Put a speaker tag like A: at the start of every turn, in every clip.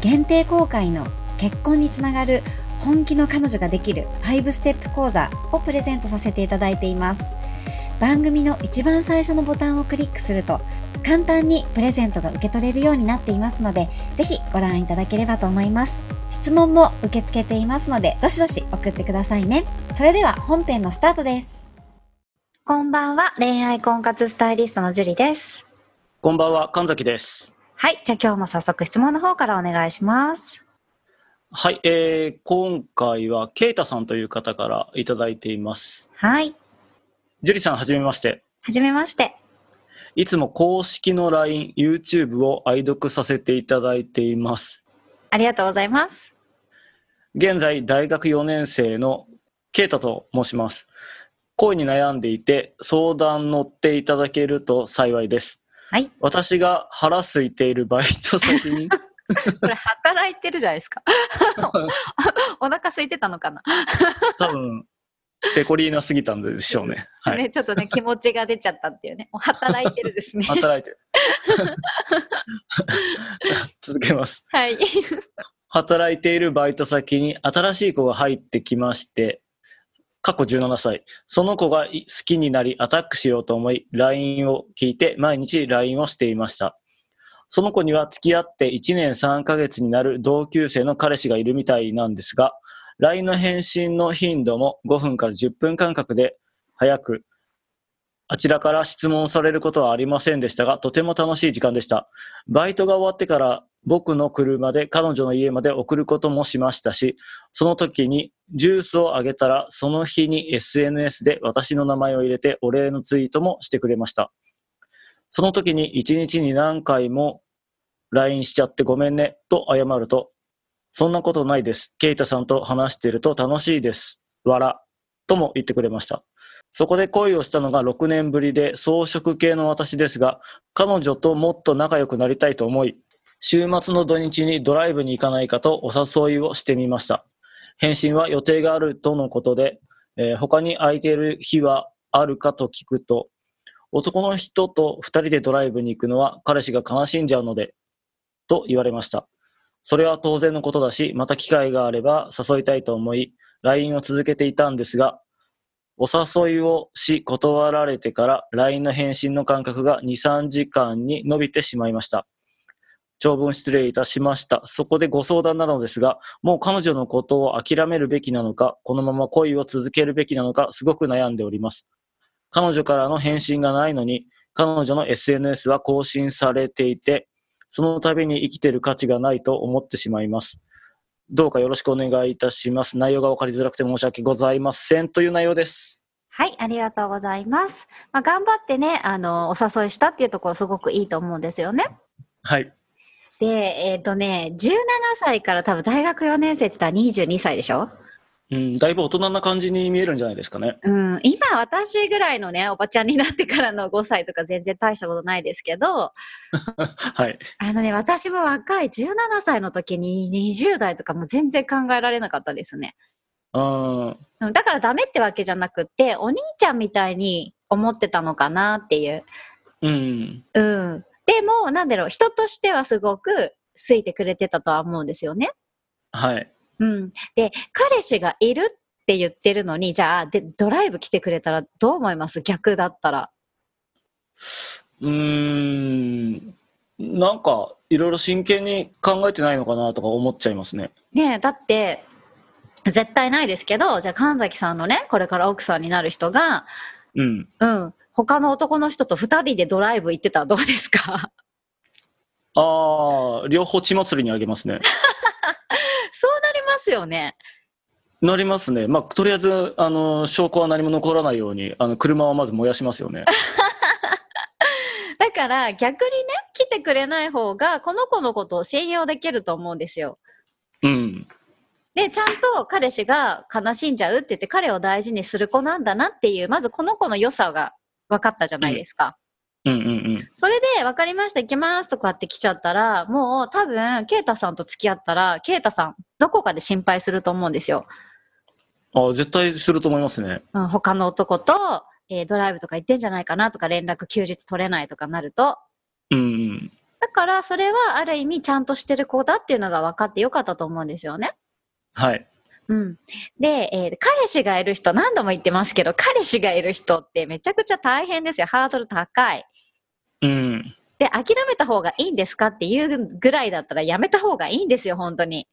A: 限定公開の結婚につながる本気の彼女ができる5ステップ講座をプレゼントさせていただいています番組の一番最初のボタンをクリックすると簡単にプレゼントが受け取れるようになっていますのでぜひご覧いただければと思います質問も受け付けていますのでどしどし送ってくださいねそれでは本編のスタートですこんばんは恋愛婚活スタイリストのジュリです
B: こんばんは、神崎です。
A: はいじゃあ今日も早速質問の方からお願いします
B: はい、えー、今回はケイタさんという方からいただいています。
A: はい
B: ジュリさん、はじめまして。
A: はじめまして
B: いつも公式の LINE、YouTube を愛読させていただいています。
A: ありがとうございます
B: 現在、大学4年生のケイタと申します。恋に悩んでいて、相談乗っていただけると幸いです。
A: はい
B: 私が腹空いているバイト先 に、
C: これ働いてるじゃないです か。お腹空いてたのかな、
B: 多分、ペコリーナすぎたんでしょうね。はい。
C: ね、ちょっと ね、気持ちが出ちゃったっていうね。もう働いてる ですね。
B: 働いてる 続けます
C: はい。
B: 働いているバイト先に新しい子が入ってきまして過去17歳その子が好きになりアタックしようと思い LINE を聞いて毎日 LINE をしていましたその子には付き合って1年3ヶ月になる同級生の彼氏がいるみたいなんですが LINE の返信の頻度も5分から10分間隔で早くあちらから質問されることはありませんでしたがとても楽しい時間でしたバイトが終わってから僕の車で彼女の家まで送ることもしましたしその時にジュースをあげたらその日に SNS で私の名前を入れてお礼のツイートもしてくれましたその時に1日に何回も LINE しちゃってごめんねと謝るとそんなことないですケイタさんと話してると楽しいですわらとも言ってくれましたそこで恋をしたのが6年ぶりで草食系の私ですが彼女ともっと仲良くなりたいと思い週末の土日にドライブに行かないかとお誘いをしてみました返信は予定があるとのことで、えー他に空いている日はあるかと聞くと男の人と2人でドライブに行くのは彼氏が悲しんじゃうのでと言われましたそれは当然のことだしまた機会があれば誘いたいと思い LINE を続けていたんですがお誘いをし断られてから LINE の返信の間隔が2、3時間に伸びてしまいました。長文失礼いたしました。そこでご相談なのですが、もう彼女のことを諦めるべきなのか、このまま恋を続けるべきなのか、すごく悩んでおります。彼女からの返信がないのに、彼女の SNS は更新されていて、その度に生きてる価値がないと思ってしまいます。どうかよろしくお願いいたします。内容がわかりづらくて申し訳ございません。という内容です。
C: はい、ありがとうございます。まあ、頑張ってね、あの、お誘いしたっていうところすごくいいと思うんですよね。
B: はい。
C: で、えっ、とね、17歳から多分大学4年生って言ったら22歳でしょ
B: うん、だいぶ大人な感じに見えるんじゃないですかね。
C: うん、今私ぐらいのね、おばちゃんになってからの5歳とか全然大したことないですけど、
B: はい。
C: あのね、私も若い17歳の時に20代とかも全然考えられなかったですね。
B: うん。
C: うんだからダメってわけじゃなくって、お兄ちゃんみたいに思ってたのかなっていう。
B: うん。
C: うん。でも、なんだろう、人としてはすごく好いてくれてたとは思うんですよね。
B: はい。
C: うん。で、彼氏がいるって言ってるのに、じゃあ、でドライブ来てくれたらどう思います逆だったら。
B: うーん。なんか、いろいろ真剣に考えてないのかなとか思っちゃいますね。
C: ねえ、だって、絶対ないですけど、じゃあ神崎さんのね、これから奥さんになる人が、
B: うん。
C: うん、他の男の人と二人でドライブ行ってたらどうですか
B: ああ、両方血祭りにあげますね。
C: そうなりますよね。
B: なりますね。まあ、とりあえず、あの、証拠は何も残らないように、あの、車はまず燃やしますよね。
C: だから逆にね、来てくれない方が、この子のことを信用できると思うんですよ。
B: うん。
C: で、ちゃんと彼氏が悲しんじゃうって言って、彼を大事にする子なんだなっていう、まずこの子の良さが分かったじゃないですか。
B: うんうんうん。
C: それで、分かりました、行きますとかって来ちゃったら、もう多分、ケイタさんと付き合ったら、ケイタさん、どこかで心配すると思うんですよ。
B: ああ、絶対すると思いますね。
C: うん、他の男と、えードライブとか行ってんじゃないかなとか、連絡休日取れないとかなると。
B: うんうん。
C: だから、それはある意味、ちゃんとしてる子だっていうのが分かってよかったと思うんですよね。
B: はい。
C: うん、で、えー彼氏がいる人何度も言ってますけど彼氏がいる人ってめちゃくちゃ大変ですよハードル高い
B: うん。
C: で諦めた方がいいんですかっていうぐらいだったらやめた方がいいんですよ本当に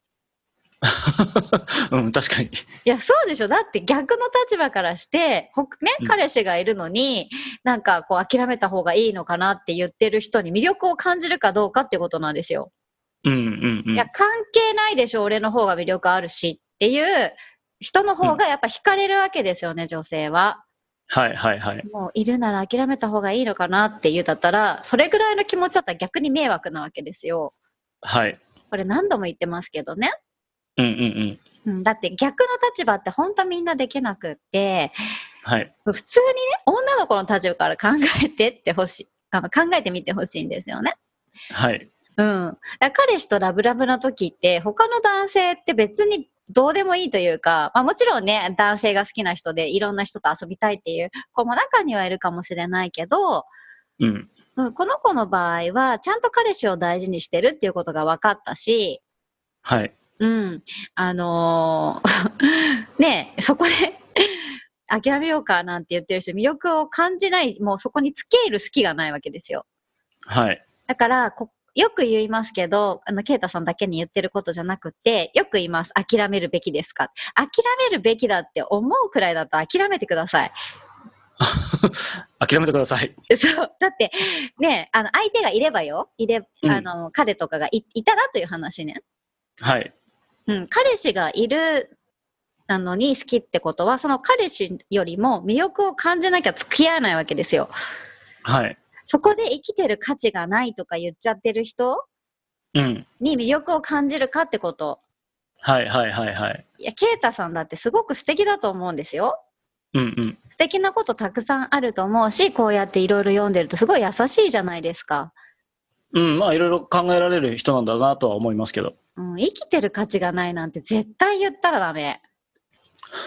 B: うん、確かに。
C: いやそうでしょだって逆の立場からしてほね
B: うん
C: 彼氏がいるのに、なんかこう諦めた方がいいのかなって言ってる人に魅力を感じるかどうかっていうことなんですよ、
B: うんうんうん。
C: いや関係ないでしょ俺の方が魅力あるしっていう人の方がやっぱ惹かれるわけですよね、女性は
B: はいはいはい。
C: もういるなら諦めた方がいいのかなって言うだったら、それぐらいの気持ちだったら逆に迷惑なわけですよ。
B: はい。
C: これ何度も言ってますけどね。
B: うんうんうん。
C: うん、だって逆の立場って本当みんなできなくって、
B: はい。
C: 普通にね、女の子の立場から考えてってほしい。あの考えてみてほしいんですよね。
B: はい。
C: うん。だから彼氏とラブラブの時って、他の男性って別にどうでもいいというか、まあもちろんね、男性が好きな人でいろんな人と遊びたいっていう子も中にはいるかもしれないけど、
B: うん。
C: うん、この子の場合は、ちゃんと彼氏を大事にしてるっていうことが分かったし、
B: はい。
C: うん、あのー ねえ、そこで諦めようかなんて言ってる人、魅力を感じない、もうそこに付け入る隙がないわけですよ。
B: はい。
C: だから、こよく言いますけど、あの、ケイタさんだけに言ってることじゃなくて、よく言います。諦めるべきですか諦めるべきだって思うくらいだったら諦めてください。
B: 諦めてください。
C: そう。だって、ね、あの、相手がいればよ。いれ、
B: うん
C: あの、彼とかがいいたらという話ね。
B: はい。
C: うん。彼氏がいる、あの、に好きってことは、その彼氏よりも魅力を感じなきゃ付き合えないわけですよ。
B: はい。
C: そこで生きてる価値がないとか言っちゃってる人
B: うん。
C: に魅力を感じるかってこと。
B: はいはいはいはい。
C: いや、ケイタさんだってすごく素敵だと思うんですよ。
B: うんうん。
C: 素敵なことたくさんあると思うし、こうやっていろいろ読んでるとすごい優しいじゃないですか。
B: うん、まあいろいろ考えられる人なんだなとは思いますけど。
C: うん、生きてる価値がないなんて絶対言ったらダメ。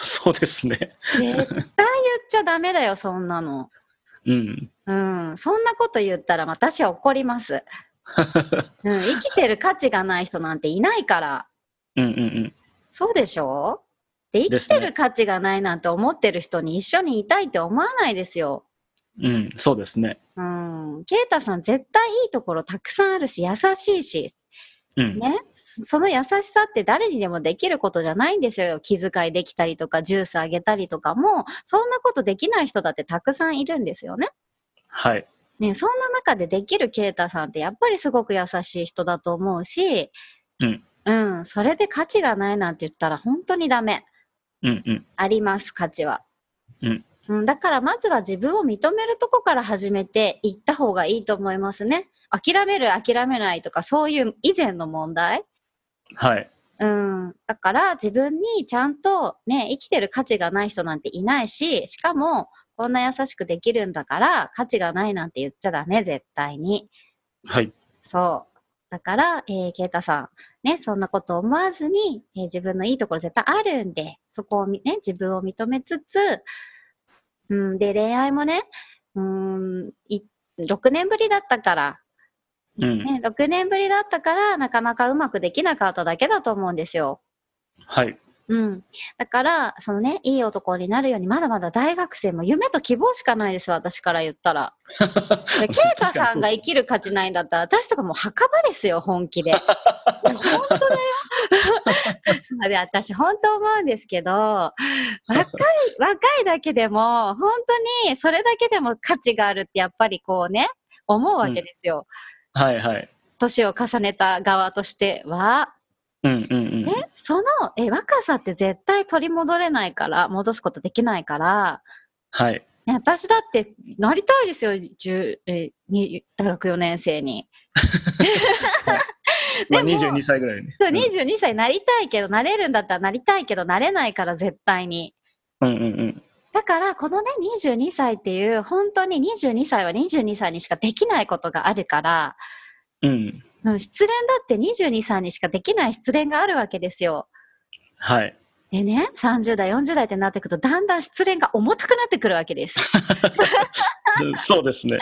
B: そうですね。
C: 絶対言っちゃダメだよ、そんなの。
B: うん。
C: うん、そんなこと言ったら私は怒ります。うん、生きてる価値がない人なんていないから。
B: うんうん
C: そうでしょで、生きてる価値がないなんて思ってる人に一緒にいたいって思わないですよ。
B: うん。うん、そうですね。
C: うん、ケイタさん絶対いいところたくさんあるし、優しいし、
B: うん。
C: ね、そその優しさって誰にでもできることじゃないんですよ。気遣いできたりとか、ジュースあげたりとかも、そんなことできない人だってたくさんいるんですよね。
B: はい。
C: ね、そんな中でできるケイタさんってやっぱりすごく優しい人だと思うし、
B: うん。
C: うん、それで価値がないなんて言ったら本当にダメ。
B: うんうん。
C: あります、価値は。
B: うん
C: うん、だからまずは自分を認めるとこから始めていった方がいいと思いますね。諦める、諦めないとか、そういう以前の問題。
B: はい。
C: うん、だから自分にちゃんとね、生きてる価値がない人なんていないし、しかもこんな優しくできるんだから価値がないなんて言っちゃダメ、絶対に。
B: はい。
C: そう。だから、えー、ケイタさん、ね、そんなこと思わずに、えー自分のいいところ絶対あるんで、そこをみね、自分を認めつつ、うん、で、恋愛もね、うん、い6年ぶりだったから、
B: うん。
C: ね、6年ぶりだったから、なかなかうまくできなかっただけだと思うんですよ。
B: はい。
C: うん。だから、そのね、いい男になるように、まだまだ大学生も夢と希望しかないです、私から言ったら。でケイタさんが生きる価値ないんだったら、私とかもう墓場ですよ、本気で。いや本当だよ。 そうで、私本当思うんですけど、若い、若いだけでも、本当にそれだけでも価値があるって、やっぱりこうね、思うわけですよ。
B: はいはい。
C: 年を重ねた側としては。
B: うんうんうん。
C: そのえ若さって絶対取り戻れないから戻すことできないから、
B: はい。
C: ね私だってなりたいですよ10えに大学4年生に。
B: ま
C: で
B: あ、
C: も
B: 22歳ぐらいね。
C: そう22歳なりたいけど、なれるんだったらなりたいけど、なれないから絶対に。
B: うんうんうん。
C: だから、このね、22歳っていう、本当に22歳は22歳にしかできないことがあるから、
B: うん。
C: うん、失恋だって22歳にしかできない失恋があるわけですよ。
B: はい。
C: でね、30代、40代ってなってくると、だんだん失恋が重たくなってくるわけです。
B: でそうですね。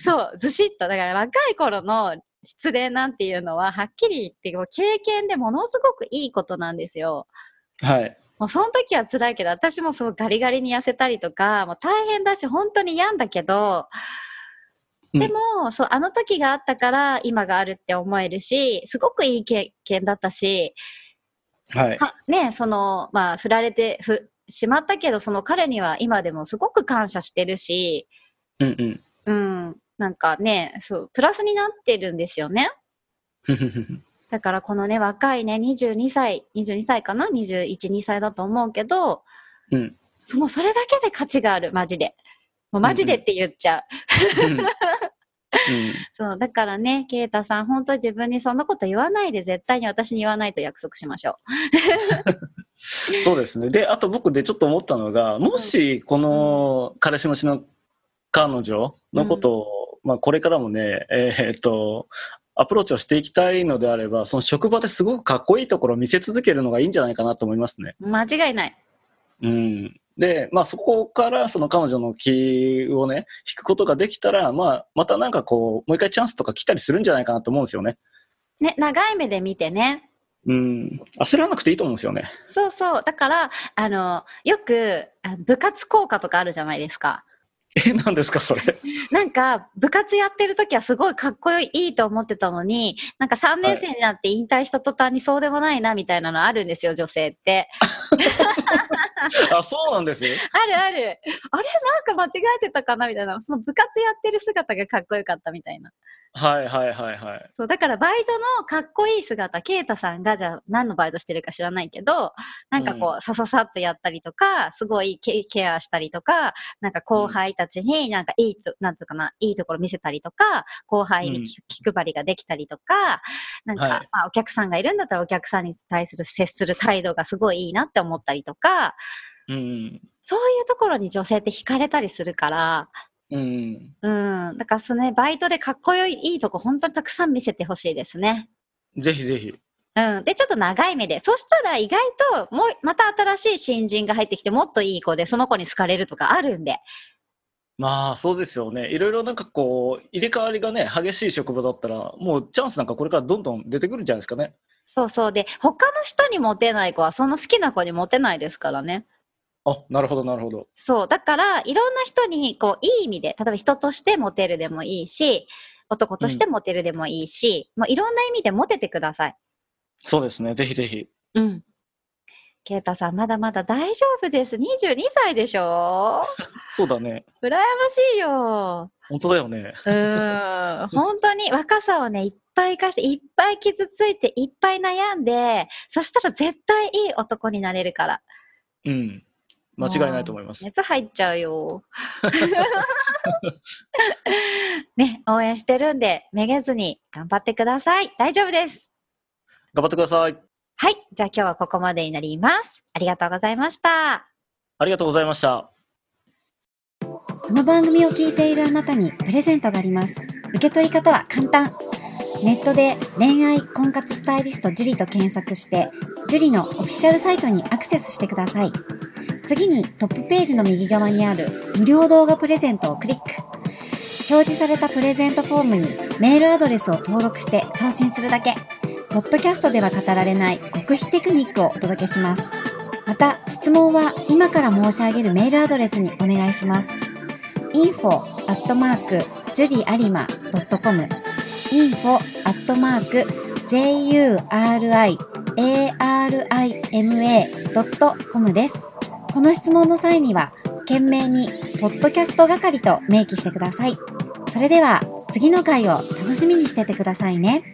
C: そう、ずしっと。だから若い頃の失恋なんていうのは、はっきり言って、こう経験でものすごくいいことなんですよ。
B: はい。
C: もうその時は辛いけど、私もすごいガリガリに痩せたりとか、もう大変だし、本当に病んだけど、
B: うん
C: でも、そう、あの時があったから今があるって思えるし、すごくいい経験だったし、
B: はい。
C: かね、その、まあ、振られてふしまったけど、その彼には今でもすごく感謝してるし、
B: うんうん。
C: うん、なんかね、そう、プラスになってるんですよね。
B: ふふふふ
C: だからこのね、若いね、22歳、22歳かな ?21、2歳だと思うけど、
B: うん。
C: そのそれだけで価値がある、マジで。もうマジでって言っちゃう。
B: うん
C: そう、だからね、ケイタさん、本当自分にそんなこと言わないで、絶対に私に言わないと約束しましょ
B: うんそうですね。で、あと僕でちょっと思ったのが、もしこの彼氏持ちの彼女のことを、まあこれからもね、えーっと、アプローチをしていきたいのであれば、その職場ですごくかっこいいところを見せ続けるのがいいんじゃないかなと思いますね。
C: う。間違いない。
B: うん、で、まあ、そこからその彼女の気をね引くことができたら、まあ、またなんかこうもう一回チャンスとか来たりするんじゃないかなと思うんですよね。
C: ね、長い目で見てね。
B: うん、焦らなくていいと思うんですよね。
C: そうそう。だから、あの、よく、あの部活効果とかあるじゃないですか。
B: え、なんですかそれ。
C: なんか部活やってる時はすごいかっこいいと思ってたのになんか3年生になって引退した途端にそうでもないなみたいなのあるんですよ女性って。
B: あ、そうなんですよ。
C: あるあるあれなんか間違えてたかなみたいなその部活やってる姿がかっこよかったみたいな
B: はいはいはいはい。
C: そうだからバイトのかっこいい姿啓太さんがじゃあ何のバイトしてるか知らないけどなんかこう、さささっとやったりとかすごいケケアしたりとかなんか後輩たちになんかいいと、なんつうかないいところ見せたりとか後輩に気,、配りができたりとかなんか、
B: はい
C: まあ、お客さんがいるんだったらお客さんに対する接する態度がすごいいいなって思ったりとか
B: うん。
C: そういうところに女性って惹かれたりするから。
B: うん。
C: うん。だから、そのね、バイトでかっこよいいいとこ、本当にたくさん見せてほしいですね。
B: ぜひぜひ。
C: うん。で、ちょっと長い目で。そしたら意外と、もう、また新しい新人が入ってきて、もっといい子で、その子に好かれるとかあるんで。
B: まあそうですよね。いろいろなんかこう入れ替わりがね激しい職場だったらもうチャンスなんかこれからどんどん出てくるんじゃないですかね。
C: そうそう。で、他の人にモテない子は、その好きな子にモテないですからね。
B: あ、なるほどなるほど。
C: そう。だから、いろんな人に、こう、いい意味で、例えば人としてモテるでもいいし、男としてモテるでもいいし、もういろんな意味でモテてください。
B: そうですね。ぜひぜひ。
C: うん。ケイタさん、まだまだ大丈夫です。22歳でしょ
B: そうだね。
C: 羨ましいよ。
B: 本当だよね。
C: うーん本当に若さをね、いっぱい生かして、いっぱい傷ついて、いっぱい悩んで、そしたら絶対いい男になれるから。
B: うん。間違いないと思います。
C: 熱入っちゃうよ。ね、応援してるんで、めげずに頑張ってください。大丈夫です。
B: 頑張ってください。
C: はい。じゃあ今日はここまでになります。ありがとうございました。
B: ありがとうございました。
A: この番組を聞いているあなたにプレゼントがあります。受け取り方は簡単。ネットで恋愛婚活スタイリスト樹と検索して、樹のオフィシャルサイトにアクセスしてください。次にトップページの右側にある無料動画プレゼントをクリック。表示されたプレゼントフォームにメールアドレスを登録して送信するだけ。ポッドキャストでは語られない極秘テクニックをお届けします。
C: また、質問は今から申し上げるメールアドレスにお願いします。info アットマーク juriarima.com info アットマーク juriarima.com です。この質問の際には、懸命にポッドキャスト係と明記してください。それでは、次の回を楽しみにしててくださいね。